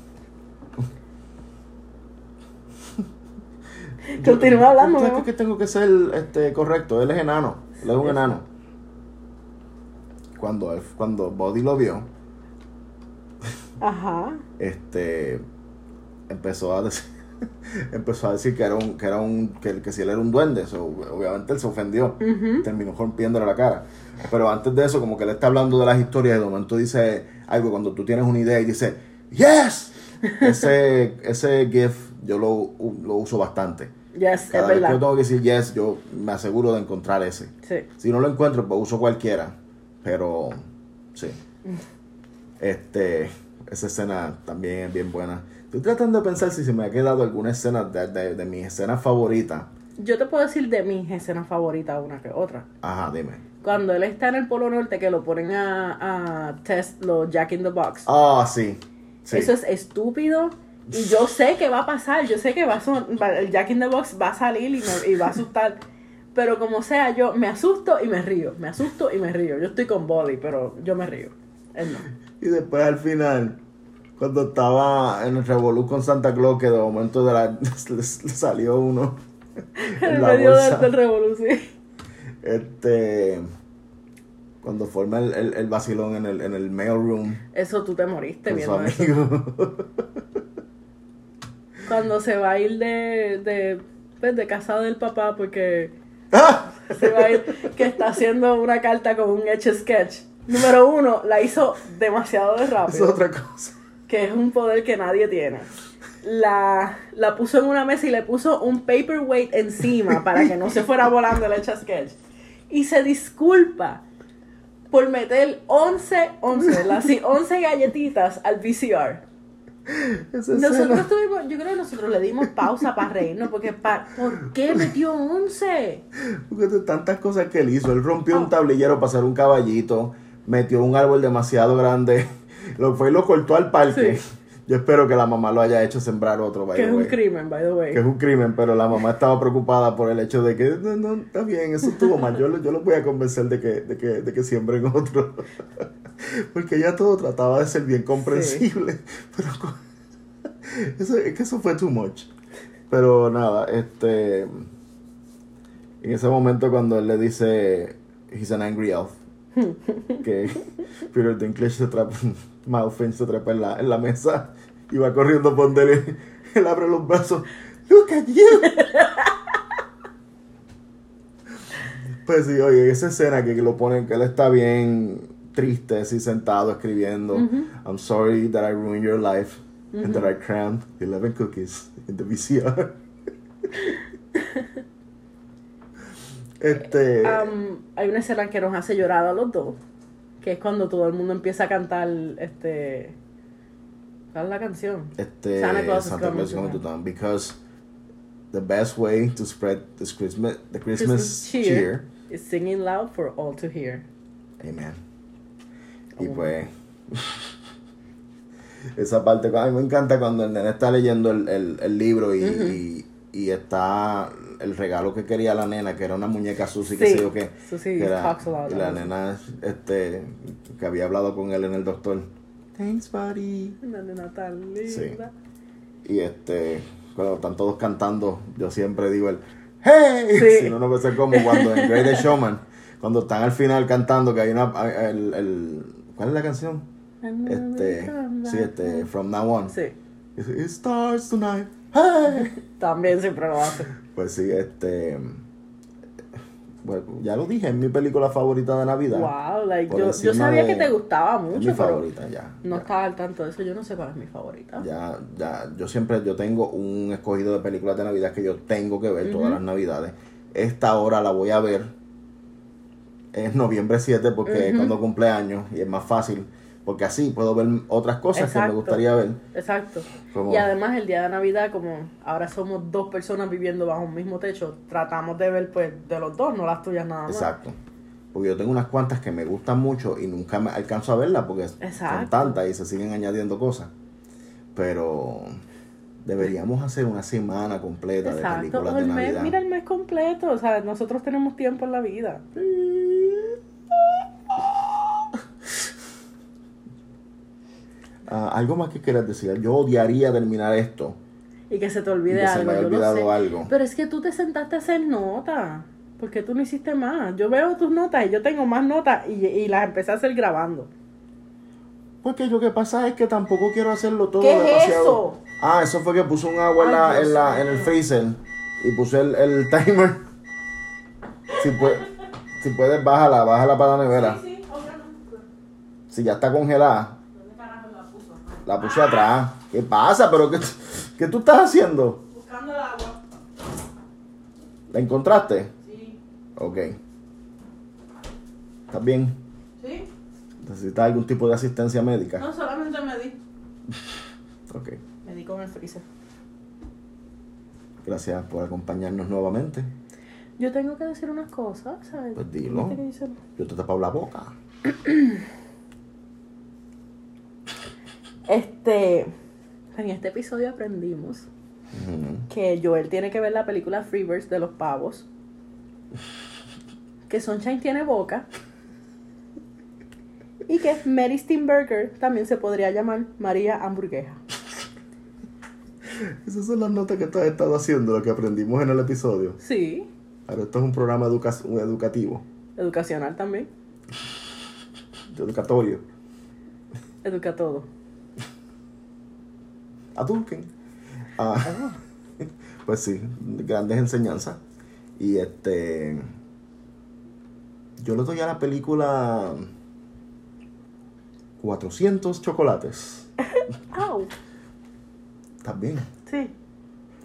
[SPEAKER 2] Continúa hablando,
[SPEAKER 1] ¿Sabes qué
[SPEAKER 2] mi amor.
[SPEAKER 1] que tengo que ser este correcto? Él es enano, él es un
[SPEAKER 2] Sí.
[SPEAKER 1] enano. Cuando él- cuando Body lo vio
[SPEAKER 2] Ajá.
[SPEAKER 1] este empezó a decir empezó a decir que era un que era un que, que si él era un duende so, obviamente él se ofendió
[SPEAKER 2] Ujú.
[SPEAKER 1] terminó rompiéndole la cara pero antes de eso como que él está hablando de las historias y de momento dice algo cuando tú tienes una idea y dice yes ese ese gif yo lo, lo uso bastante
[SPEAKER 2] Yes,
[SPEAKER 1] cada vez que yo
[SPEAKER 2] es verdad.
[SPEAKER 1] tengo que decir yes yo me aseguro de encontrar ese
[SPEAKER 2] Sí.
[SPEAKER 1] si no lo encuentro, pues uso cualquiera. Pero sí. Este, esa escena también es bien buena. Estoy tratando de pensar si se me ha quedado alguna escena de, de, de mis escenas favoritas.
[SPEAKER 2] Yo te puedo decir de mis escenas favoritas una que otra.
[SPEAKER 1] Ajá, dime.
[SPEAKER 2] Cuando él está en el Polo Norte, que lo ponen a, a test los Jack in the Box.
[SPEAKER 1] Ah, sí. sí.
[SPEAKER 2] Eso es estúpido. Y yo sé que va a pasar. Yo sé que va a son- va- el Jack in the Box va a salir y, me- y va a asustar. Pero como sea, yo me asusto y me río. Me asusto y me río. Yo estoy con Bolly, pero yo me río. Él no.
[SPEAKER 1] Y después al final, cuando estaba en el revolú con Santa Claus, que de momento de la, le, le salió uno en
[SPEAKER 2] En
[SPEAKER 1] la
[SPEAKER 2] medio
[SPEAKER 1] bolsa.
[SPEAKER 2] del, del revolución.
[SPEAKER 1] Este, cuando forma el, el, el vacilón en el, en el mail room
[SPEAKER 2] Eso tú te moriste
[SPEAKER 1] con su
[SPEAKER 2] viendo eso.
[SPEAKER 1] amigo.
[SPEAKER 2] Cuando se va a ir de, de, pues, de casa del papá porque
[SPEAKER 1] ¡Ah!
[SPEAKER 2] se va a ir que está haciendo una carta con un Etch Sketch. Número uno, la hizo demasiado de
[SPEAKER 1] Es
[SPEAKER 2] rápido.
[SPEAKER 1] otra cosa.
[SPEAKER 2] que es un poder que nadie tiene. La, la puso en una mesa y le puso un paperweight encima para que no se fuera volando el hecha sketch. Y se disculpa por meter 11, 11, las sí, 11 galletitas al VCR.
[SPEAKER 1] Esa
[SPEAKER 2] Nosotros
[SPEAKER 1] escena.
[SPEAKER 2] tuvimos, yo creo que nosotros le dimos pausa para reírnos, porque pa- ¿por qué metió 11?
[SPEAKER 1] Porque de tantas cosas que él hizo. Él rompió un
[SPEAKER 2] Ah.
[SPEAKER 1] tablillero para hacer un caballito. Metió un árbol demasiado grande. Lo fue y lo cortó al parque. Yo espero que la mamá lo haya hecho sembrar otro, by
[SPEAKER 2] Que
[SPEAKER 1] the
[SPEAKER 2] es un
[SPEAKER 1] way.
[SPEAKER 2] crimen, by the
[SPEAKER 1] Que es
[SPEAKER 2] way.
[SPEAKER 1] un crimen, pero la mamá estaba preocupada por el hecho de que no, no, está bien, eso estuvo mal. Yo, lo- yo los voy a convencer de que, de que, de que siembren otro. Porque ella todo trataba de ser bien comprensible. Pero cu- eso, es que eso fue too much. Pero nada, este. En ese momento cuando él le dice He's an angry elf. Que Peter Dinklage se trapa, Miles Finch se trapa en la, en la mesa y va corriendo por él. Él abre los brazos. Look at you. pues sí, oye, esa escena que lo ponen, que él está bien triste, así sentado escribiendo.
[SPEAKER 2] Ujú.
[SPEAKER 1] I'm sorry that I ruined your life and that I crammed 11 cookies in the VCR. este.
[SPEAKER 2] Eh, Um, hay una escena que nos hace llorar a los dos, que es cuando todo el mundo empieza a cantar este ¿Cuál es la canción?
[SPEAKER 1] este
[SPEAKER 2] Santa
[SPEAKER 1] Santa Claus,
[SPEAKER 2] Claus is
[SPEAKER 1] is
[SPEAKER 2] coming
[SPEAKER 1] coming
[SPEAKER 2] to
[SPEAKER 1] to town because the best way to spread this Christmas the Christmas,
[SPEAKER 2] Christmas
[SPEAKER 1] cheer.
[SPEAKER 2] cheer. It's singing loud for all to hear.
[SPEAKER 1] Amen. Y
[SPEAKER 2] Amen.
[SPEAKER 1] pues esa parte a mí me encanta cuando el nene está leyendo el, el- el libro y,
[SPEAKER 2] Ujú.
[SPEAKER 1] y- y está el regalo que quería la nena que era una muñeca Susie que
[SPEAKER 2] Sí.
[SPEAKER 1] sé yo qué
[SPEAKER 2] Susie
[SPEAKER 1] que era-
[SPEAKER 2] talks a lot
[SPEAKER 1] y la
[SPEAKER 2] about it.
[SPEAKER 1] nena este que había hablado con él en el doctor thanks buddy
[SPEAKER 2] Una nena tan linda.
[SPEAKER 1] Y este, cuando están todos cantando, yo siempre digo el ¡Hey!
[SPEAKER 2] Sí.
[SPEAKER 1] Si no, no puede ser como cuando en Greatest Showman, cuando están al final cantando, que hay una. hay- el- el- ¿Cuál es la canción? Este. Sí, este. From Now On.
[SPEAKER 2] Sí,
[SPEAKER 1] It starts tonight. ¡Hey!
[SPEAKER 2] también siempre lo hace.
[SPEAKER 1] Pues sí, este. Bueno, ya lo dije, es mi película favorita de Navidad.
[SPEAKER 2] Wow, like,
[SPEAKER 1] Por
[SPEAKER 2] yo, yo
[SPEAKER 1] encima
[SPEAKER 2] sabía
[SPEAKER 1] de-
[SPEAKER 2] que te gustaba
[SPEAKER 1] es
[SPEAKER 2] mucho,
[SPEAKER 1] mi
[SPEAKER 2] pero
[SPEAKER 1] favorita, ya.
[SPEAKER 2] no
[SPEAKER 1] ya.
[SPEAKER 2] estaba al tanto de eso. Yo no sé cuál es mi favorita.
[SPEAKER 1] Ya, ya, yo siempre, yo tengo un escogido de películas de Navidad que yo tengo que ver todas
[SPEAKER 2] Ujú.
[SPEAKER 1] las Navidades. Esta hora la voy a ver. Es noviembre 7 porque es
[SPEAKER 2] Ujú.
[SPEAKER 1] cuando cumple años y es más fácil. Porque así puedo ver otras cosas que
[SPEAKER 2] Exacto.
[SPEAKER 1] me gustaría ver.
[SPEAKER 2] Exacto.
[SPEAKER 1] Como-
[SPEAKER 2] Y además el día de Navidad, como ahora somos dos personas viviendo bajo un mismo techo, tratamos de ver pues de los dos, no las tuyas nada más.
[SPEAKER 1] Exacto. Porque yo tengo unas cuantas que me gustan mucho y nunca me alcanzo a verlas porque son
[SPEAKER 2] Exacto.
[SPEAKER 1] tantas y se siguen añadiendo cosas. Pero deberíamos hacer una semana completa de
[SPEAKER 2] Exacto.
[SPEAKER 1] películas
[SPEAKER 2] O
[SPEAKER 1] de
[SPEAKER 2] el mes,
[SPEAKER 1] Navidad.
[SPEAKER 2] mira el mes completo, o sea, nosotros tenemos tiempo en la vida.
[SPEAKER 1] Ah, algo más que quieras decir. Yo odiaría terminar esto.
[SPEAKER 2] Y que se te
[SPEAKER 1] y
[SPEAKER 2] olvide
[SPEAKER 1] que
[SPEAKER 2] algo.
[SPEAKER 1] se me haya
[SPEAKER 2] yo lo sé.
[SPEAKER 1] olvidado algo.
[SPEAKER 2] Pero es que tú te sentaste a hacer notas. Porque tú no hiciste más. Yo veo tus notas y yo tengo más notas y, y las empecé a hacer grabando.
[SPEAKER 1] Porque yo que pasa es que tampoco quiero hacerlo todo
[SPEAKER 2] ¿Qué es
[SPEAKER 1] demasiado.
[SPEAKER 2] eso?
[SPEAKER 1] Ah, eso fue que puso un agua en, la-
[SPEAKER 2] Ay, Dios
[SPEAKER 1] en la-
[SPEAKER 2] mío.
[SPEAKER 1] en el freezer y puse el, el timer. Si, pue- si puedes, bájala, bájala para la nevera. Si ya está congelada. La puse atrás. ¿Qué pasa? ¿Pero qué, qué tú estás haciendo?
[SPEAKER 2] Buscando el agua.
[SPEAKER 1] ¿La encontraste?
[SPEAKER 2] Sí.
[SPEAKER 1] Ok. ¿Estás bien?
[SPEAKER 2] Sí.
[SPEAKER 1] ¿Necesitas algún tipo de asistencia médica?
[SPEAKER 2] solamente me di.
[SPEAKER 1] Ok.
[SPEAKER 2] Me di con el freezer.
[SPEAKER 1] Gracias por acompañarnos nuevamente.
[SPEAKER 2] Yo tengo que decir unas cosas, ¿sabes?
[SPEAKER 1] Pues dilo.
[SPEAKER 2] ¿Viste que dicen?
[SPEAKER 1] Yo te tapo la boca.
[SPEAKER 2] Este. En este episodio aprendimos
[SPEAKER 1] Ujú.
[SPEAKER 2] que Joel tiene que ver la película Freebirds de los pavos. Que Sunshine tiene boca. Y que Mary Steenburger también se podría llamar María Hamburguesa.
[SPEAKER 1] Esas son las notas que tú has estado haciendo, lo que aprendimos en el episodio.
[SPEAKER 2] Sí,
[SPEAKER 1] Ahora esto es un programa educa- un educativo,
[SPEAKER 2] educacional también.
[SPEAKER 1] educatorio.
[SPEAKER 2] Educa todo.
[SPEAKER 1] Eduquen. Ah,
[SPEAKER 2] Ah,
[SPEAKER 1] pues sí, grandes enseñanzas. Y este. Yo le doy a la película 400 chocolates.
[SPEAKER 2] Au.
[SPEAKER 1] También.
[SPEAKER 2] Sí.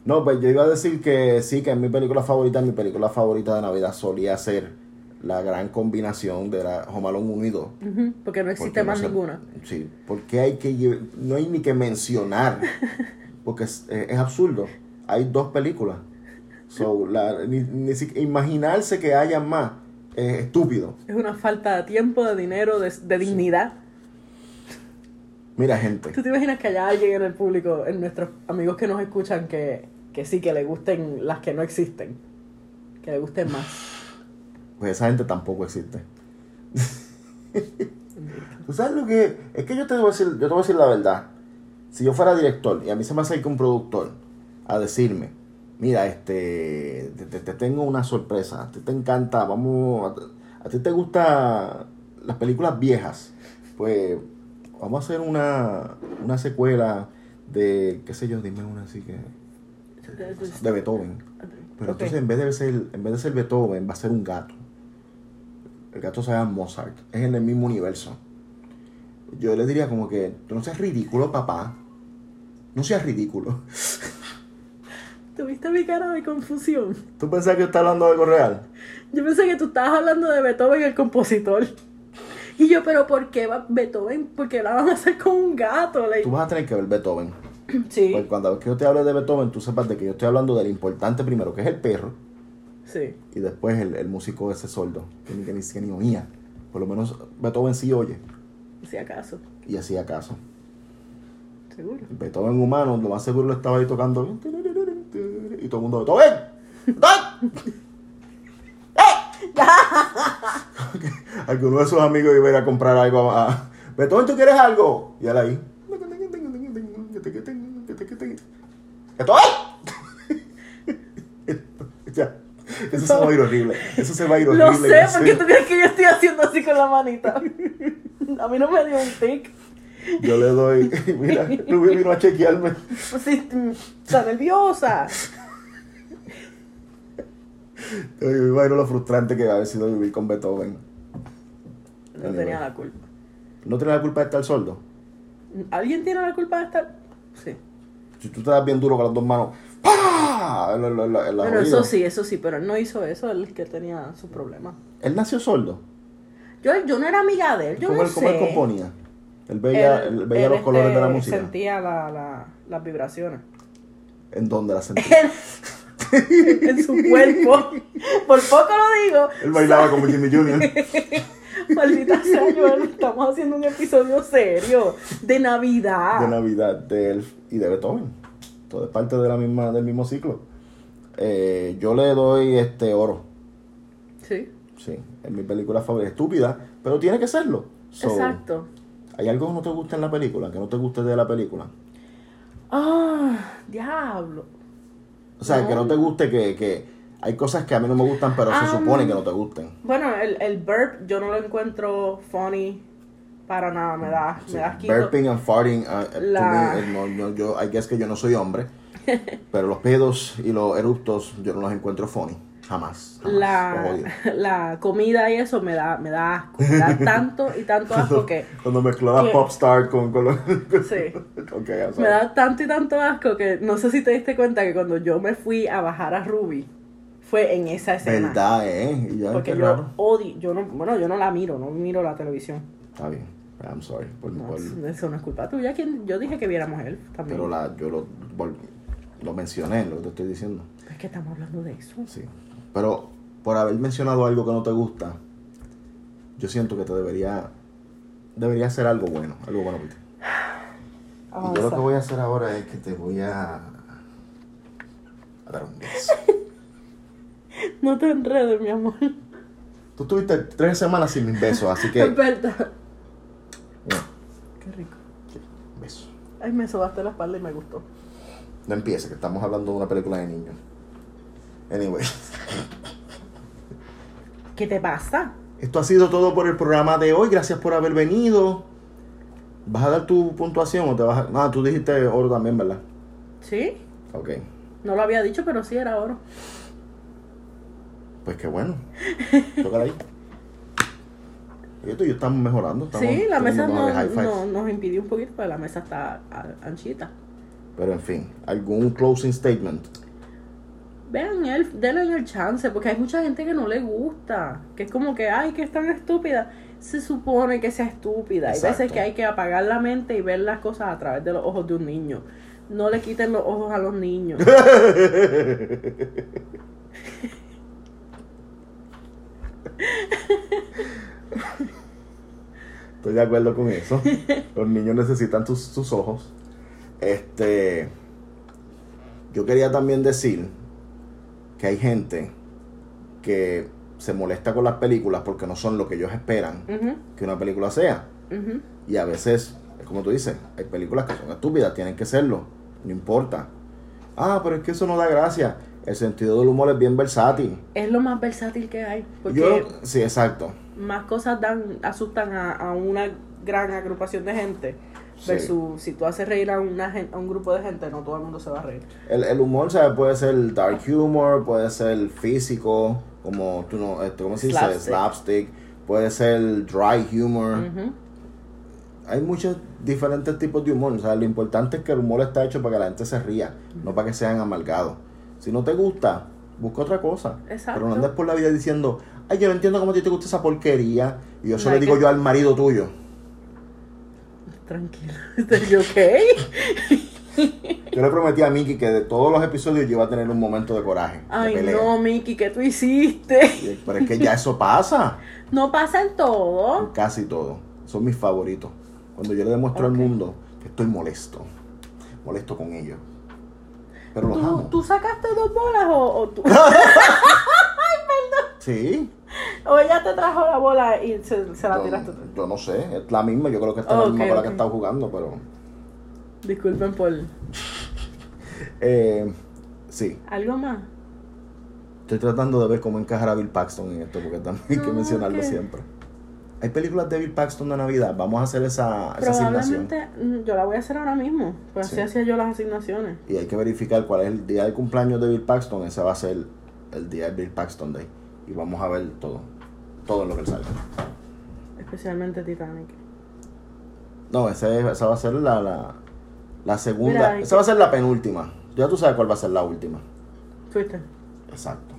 [SPEAKER 1] No, pues yo iba a decir que sí, que es mi película favorita. Mi película favorita de Navidad solía ser la gran combinación de la Home Alone 1 y 2.
[SPEAKER 2] Ujú, Porque no existe
[SPEAKER 1] Porque
[SPEAKER 2] más
[SPEAKER 1] no se-
[SPEAKER 2] ninguna.
[SPEAKER 1] Sí, porque hay que lle- no hay ni que mencionar, porque es, eh, es absurdo. Hay dos películas. So, la- ni, ni si- imaginarse que haya más es estúpido.
[SPEAKER 2] Es una falta de tiempo, de dinero, de, de dignidad.
[SPEAKER 1] Mira, gente,
[SPEAKER 2] ¿Tú te imaginas que haya alguien en el público, en nuestros amigos que nos escuchan, que, que sí, que le gusten las que no existen? Que le gusten más.
[SPEAKER 1] pues esa gente tampoco existe. ¿Tú sabes lo que es? que yo te, voy a decir, yo te voy a decir la verdad. Si yo fuera director y a mí se me acerca un productor a decirme, mira, este, te, te- te tengo una sorpresa, a ti te encanta, vamos, a, a ti te gustan las películas viejas, pues vamos a hacer una, una secuela de, qué sé yo, dime una así que...
[SPEAKER 2] Pues
[SPEAKER 1] De Beethoven. Pero
[SPEAKER 2] Ok.
[SPEAKER 1] entonces en vez, de ser, en vez de ser Beethoven, va a ser un gato. El gato se llama Mozart. Es en el mismo universo. Yo le diría como que, "Tú no seas ridículo, papá. No seas ridículo.
[SPEAKER 2] ¿Tuviste mi cara de confusión?
[SPEAKER 1] ¿Tú pensás que está hablando de algo real?
[SPEAKER 2] Yo pensé que tú estabas hablando de Beethoven, el compositor. Y yo, ¿pero por qué va Beethoven? Porque la van a hacer con un gato. like-
[SPEAKER 1] Tú vas a tener que ver Beethoven. Porque
[SPEAKER 2] Sí,
[SPEAKER 1] cuando que yo te hable de Beethoven, tú sepas de que yo estoy hablando del importante primero, que es el perro.
[SPEAKER 2] sí.
[SPEAKER 1] Y después el, el músico ese sordo, que ni, que ni, que ni oía. Por lo menos Beethoven sí oye.
[SPEAKER 2] Si acaso,
[SPEAKER 1] Y hacía caso.
[SPEAKER 2] seguro.
[SPEAKER 1] Beethoven humano, lo más seguro lo estaba ahí tocando. Y todo el mundo, ¡Beethoven! ¡Beethoven! ¡Eh! Alguno de sus amigos iba a ir a comprar algo a, a- Beethoven, ¿tú quieres algo? Y él ahí. ¡Beethoven! ya, Eso se va a ir horrible. Eso se va a ir horrible.
[SPEAKER 2] Lo sé,
[SPEAKER 1] yo
[SPEAKER 2] porque tú crees que yo estoy haciendo así con la manita. A mí no me dio un tic.
[SPEAKER 1] Yo le doy. Mira, Rubí vino a chequearme.
[SPEAKER 2] Pues sí, mm, está nerviosa.
[SPEAKER 1] Yo me imagino lo frustrante que va a haber sido vivir con Beethoven.
[SPEAKER 2] No tenía la culpa.
[SPEAKER 1] No tiene la culpa de estar sordo.
[SPEAKER 2] ¿Alguien tiene la culpa de estar? Sí.
[SPEAKER 1] Si tú te das bien duro con las dos manos. ¡Pah! En la- en la- en la- en la
[SPEAKER 2] Bueno,
[SPEAKER 1] oído.
[SPEAKER 2] eso sí, eso sí, pero él no hizo eso, él es que tenía sus problemas.
[SPEAKER 1] Él nació sordo.
[SPEAKER 2] Yo, yo no era amiga de él, yo
[SPEAKER 1] ¿Cómo,
[SPEAKER 2] no
[SPEAKER 1] él, cómo él
[SPEAKER 2] sé.
[SPEAKER 1] componía? Él veía,
[SPEAKER 2] Él-
[SPEAKER 1] él veía
[SPEAKER 2] él,
[SPEAKER 1] los colores de la
[SPEAKER 2] este,
[SPEAKER 1] música.
[SPEAKER 2] Sentía la- la- las vibraciones.
[SPEAKER 1] ¿En dónde la sentía?
[SPEAKER 2] en su cuerpo. Por poco lo digo.
[SPEAKER 1] Él bailaba como Jimmy Jr.
[SPEAKER 2] Maldita sea, Joel, estamos haciendo un episodio serio de Navidad.
[SPEAKER 1] de Navidad de Elf y de Beethoven. Todo es parte de la misma, del mismo ciclo. Eh, yo le doy este oro.
[SPEAKER 2] Sí,
[SPEAKER 1] Sí, es mi película favorita. Estúpida, pero tiene que serlo. So,
[SPEAKER 2] exacto.
[SPEAKER 1] ¿Hay algo que no te gusta en la película? ¿Que no te guste de la película?
[SPEAKER 2] Ah, diablo.
[SPEAKER 1] O sea, que no te guste que, que hay cosas que a mí no me gustan, pero se
[SPEAKER 2] Ah,
[SPEAKER 1] supone que no te gusten.
[SPEAKER 2] Bueno, el, el burp yo no lo encuentro funny para nada, me da,
[SPEAKER 1] Sí,
[SPEAKER 2] me da asquito.
[SPEAKER 1] burping and farting, uh, uh, to
[SPEAKER 2] La-
[SPEAKER 1] me, eh, no, yo, yo, I guess que yo no soy hombre, pero los pedos y los eructos yo no los encuentro funny, jamás. jamás. Los odio.
[SPEAKER 2] La, la comida y eso me da, me da asco. Me da tanto y tanto asco que.
[SPEAKER 1] Cuando mezcló la
[SPEAKER 2] que-
[SPEAKER 1] popstar con, con los...
[SPEAKER 2] Sí.
[SPEAKER 1] Ok, I'm sorry.
[SPEAKER 2] Me da tanto y tanto asco que no sé si te diste cuenta que cuando yo me fui a bajar a Ruby fue en esa escena.
[SPEAKER 1] Verdad, ¿eh? Y ya,
[SPEAKER 2] Porque
[SPEAKER 1] qué
[SPEAKER 2] yo
[SPEAKER 1] raro.
[SPEAKER 2] odio, yo no, bueno, yo no la miro, no miro la televisión.
[SPEAKER 1] Está bien, I'm sorry por mi
[SPEAKER 2] No,
[SPEAKER 1] pueblo.
[SPEAKER 2] eso no es culpa tuya, quien yo dije que viéramos él también.
[SPEAKER 1] Pero la, yo lo, vol- lo mencioné, lo que te estoy diciendo.
[SPEAKER 2] Es que estamos hablando de eso.
[SPEAKER 1] Sí. Pero por haber mencionado algo que no te gusta, yo siento que te debería... Debería hacer algo bueno, algo bueno por ti. Y yo lo
[SPEAKER 2] Avanza.
[SPEAKER 1] que voy a hacer ahora es que te voy a... a dar un beso.
[SPEAKER 2] No te enredes, mi amor.
[SPEAKER 1] Tú estuviste tres semanas sin besos, así que...
[SPEAKER 2] Es verdad.
[SPEAKER 1] bueno,
[SPEAKER 2] Qué rico.
[SPEAKER 1] beso.
[SPEAKER 2] Ay, me sobaste la espalda y me gustó.
[SPEAKER 1] No empiece, que estamos hablando de una película de niños. Anyway,
[SPEAKER 2] ¿Qué te pasa?
[SPEAKER 1] esto ha sido todo por el programa de hoy. Gracias por haber venido. ¿Vas a dar tu puntuación o te vas a.? Ah, tú dijiste oro también, ¿verdad?
[SPEAKER 2] Sí,
[SPEAKER 1] Ok.
[SPEAKER 2] no lo había dicho, pero sí era oro.
[SPEAKER 1] Pues qué bueno. Tócala ahí. Y esto y yo estamos mejorando. estamos
[SPEAKER 2] sí, la
[SPEAKER 1] teniendo
[SPEAKER 2] mesa no,
[SPEAKER 1] mejores high fives.
[SPEAKER 2] no- nos impidió un poquito, pero la mesa está ah, anchita.
[SPEAKER 1] Pero en fin, algún closing statement.
[SPEAKER 2] Vean el, denle el chance, porque hay mucha gente que no le gusta, que es como que, ay, que es tan estúpida. Se supone que sea estúpida. Hay veces
[SPEAKER 1] Exacto.
[SPEAKER 2] que hay que apagar la mente y ver las cosas a través de los ojos de un niño. No le quiten los ojos a los niños.
[SPEAKER 1] Estoy de acuerdo con eso. Los niños necesitan sus, sus ojos. Este. Yo quería también decir que hay gente que se molesta con las películas porque no son lo que ellos esperan
[SPEAKER 2] Ujú,
[SPEAKER 1] que una película sea.
[SPEAKER 2] ujú.
[SPEAKER 1] Y a veces, es como tú dices, hay películas que son estúpidas, tienen que serlo, no importa. Ah, pero es que eso no da gracia. El sentido del humor es bien versátil.
[SPEAKER 2] Es lo más versátil que hay, porque
[SPEAKER 1] Yo, sí, exacto.
[SPEAKER 2] más cosas dan asustan a, a una gran agrupación de gente.
[SPEAKER 1] Sí.
[SPEAKER 2] Versus si tú haces reír a, una, gen- a un grupo de gente, no todo el mundo se va a reír.
[SPEAKER 1] El, el humor, ¿sabes? Puede ser dark humor, puede ser físico, como tú no, este, ¿cómo se dice?
[SPEAKER 2] Slapstick.
[SPEAKER 1] Slapstick. puede ser dry humor.
[SPEAKER 2] Ujú.
[SPEAKER 1] Hay muchos diferentes tipos de humor. ¿sabes? Lo importante es que el humor está hecho para que la gente se ría, no para que sean amargados. Si no te gusta, busca otra cosa.
[SPEAKER 2] Exacto.
[SPEAKER 1] Pero no andes por la vida diciendo, ay, yo no entiendo cómo a ti te gusta esa porquería. Y yo
[SPEAKER 2] No,
[SPEAKER 1] solo
[SPEAKER 2] hay
[SPEAKER 1] digo
[SPEAKER 2] que-
[SPEAKER 1] yo al marido tuyo.
[SPEAKER 2] Tranquilo, ¿estás ok?
[SPEAKER 1] Yo le prometí a Mickey que de todos los episodios yo iba a tener un momento de coraje. de
[SPEAKER 2] Ay,
[SPEAKER 1] pelea.
[SPEAKER 2] no, Miki, ¿qué tú hiciste?
[SPEAKER 1] Y- Pero es que ya eso pasa.
[SPEAKER 2] No pasa en
[SPEAKER 1] en
[SPEAKER 2] todo.
[SPEAKER 1] casi todo. Son mis favoritos. Cuando yo le demuestro
[SPEAKER 2] Ok.
[SPEAKER 1] al mundo que estoy molesto. Molesto con ellos. Pero los
[SPEAKER 2] ¿Tú,
[SPEAKER 1] amo.
[SPEAKER 2] tú sacaste dos bolas o, o tú-
[SPEAKER 1] Sí.
[SPEAKER 2] o ella te trajo la bola y se, se la
[SPEAKER 1] yo,
[SPEAKER 2] tiraste tú?
[SPEAKER 1] yo no sé. Es la misma. Yo creo que esta es
[SPEAKER 2] Ok,
[SPEAKER 1] la misma con la que
[SPEAKER 2] ok.
[SPEAKER 1] estaba jugando, pero.
[SPEAKER 2] Disculpen por
[SPEAKER 1] eh, sí.
[SPEAKER 2] algo más.
[SPEAKER 1] Estoy tratando de ver cómo encajar a Bill Paxton en esto, porque también hay que
[SPEAKER 2] No,
[SPEAKER 1] mencionarlo
[SPEAKER 2] que-
[SPEAKER 1] siempre. Hay películas de Bill Paxton de Navidad. Vamos a hacer esa, esa asignación.
[SPEAKER 2] Probablemente mm, yo la voy a hacer ahora mismo. Pues
[SPEAKER 1] Sí.
[SPEAKER 2] así hacía yo las asignaciones.
[SPEAKER 1] Y hay que verificar cuál es el día del cumpleaños de Bill Paxton. Ese va a ser el día de Bill Paxton Day. Y vamos a ver todo. Todo lo que sale.
[SPEAKER 2] Especialmente Titanic.
[SPEAKER 1] No, ese, esa va a ser la, la, la segunda.
[SPEAKER 2] Mira, hay
[SPEAKER 1] esa va a ser la penúltima. Ya tú sabes cuál va a ser la última.
[SPEAKER 2] Twitter.
[SPEAKER 1] Exacto.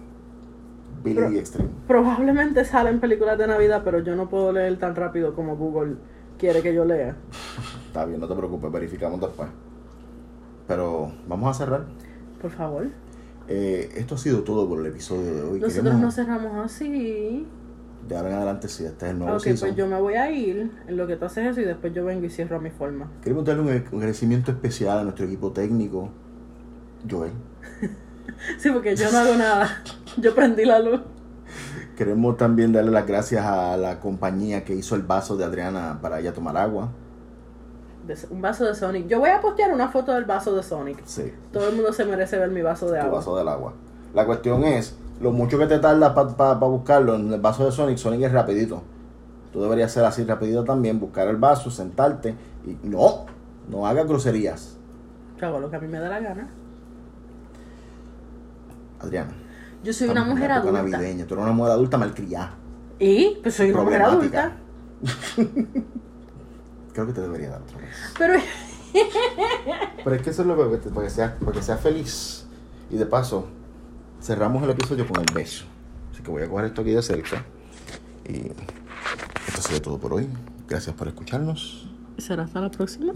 [SPEAKER 1] Billy
[SPEAKER 2] Pero-
[SPEAKER 1] Extreme.
[SPEAKER 2] Probablemente salen películas de Navidad, pero yo no puedo leer tan rápido como Google quiere que yo lea.
[SPEAKER 1] Está bien, no te preocupes, verificamos después. Pero vamos a cerrar.
[SPEAKER 2] Por favor.
[SPEAKER 1] Eh, esto ha sido todo por el episodio de hoy.
[SPEAKER 2] Nosotros
[SPEAKER 1] Queremos-
[SPEAKER 2] no cerramos así.
[SPEAKER 1] De ahora en adelante, sí, este es el nuevo
[SPEAKER 2] ok,
[SPEAKER 1] season.
[SPEAKER 2] pues yo me voy a ir en lo que tú haces eso y después yo vengo y cierro a mi forma.
[SPEAKER 1] Queremos darle un agradecimiento especial a nuestro equipo técnico, Joel.
[SPEAKER 2] Sí, porque yo no hago nada. Yo prendí la luz.
[SPEAKER 1] Queremos también darle las gracias a la compañía que hizo el vaso de Adriana para ella tomar agua.
[SPEAKER 2] De- un vaso de Sonic. Yo voy a postear una foto del vaso de Sonic.
[SPEAKER 1] Sí,
[SPEAKER 2] Todo el mundo se merece ver mi vaso de
[SPEAKER 1] tu
[SPEAKER 2] agua.
[SPEAKER 1] vaso del agua. La cuestión es, lo mucho que te tarda para buscarlo en el vaso de Sonic, Sonic es rapidito. Tú deberías ser así rapidito también, buscar el vaso, sentarte y no, no hagas groserías,
[SPEAKER 2] Yo hago lo que a mí me da la gana.
[SPEAKER 1] Adriana.
[SPEAKER 2] Yo soy una
[SPEAKER 1] estamos en
[SPEAKER 2] mujer
[SPEAKER 1] la época
[SPEAKER 2] adulta.
[SPEAKER 1] navideña, tú eres una mujer adulta malcriada.
[SPEAKER 2] Y pues soy una mujer
[SPEAKER 1] Problemática.
[SPEAKER 2] adulta.
[SPEAKER 1] Creo que te debería dar otra vez.
[SPEAKER 2] Pero
[SPEAKER 1] Pero es que eso es lo que te- para que seas, para que seas feliz. Y de paso, cerramos el episodio con el beso. Así que voy a coger esto aquí de cerca. Y esto ha sido todo por hoy. Gracias por escucharnos.
[SPEAKER 2] será hasta la próxima.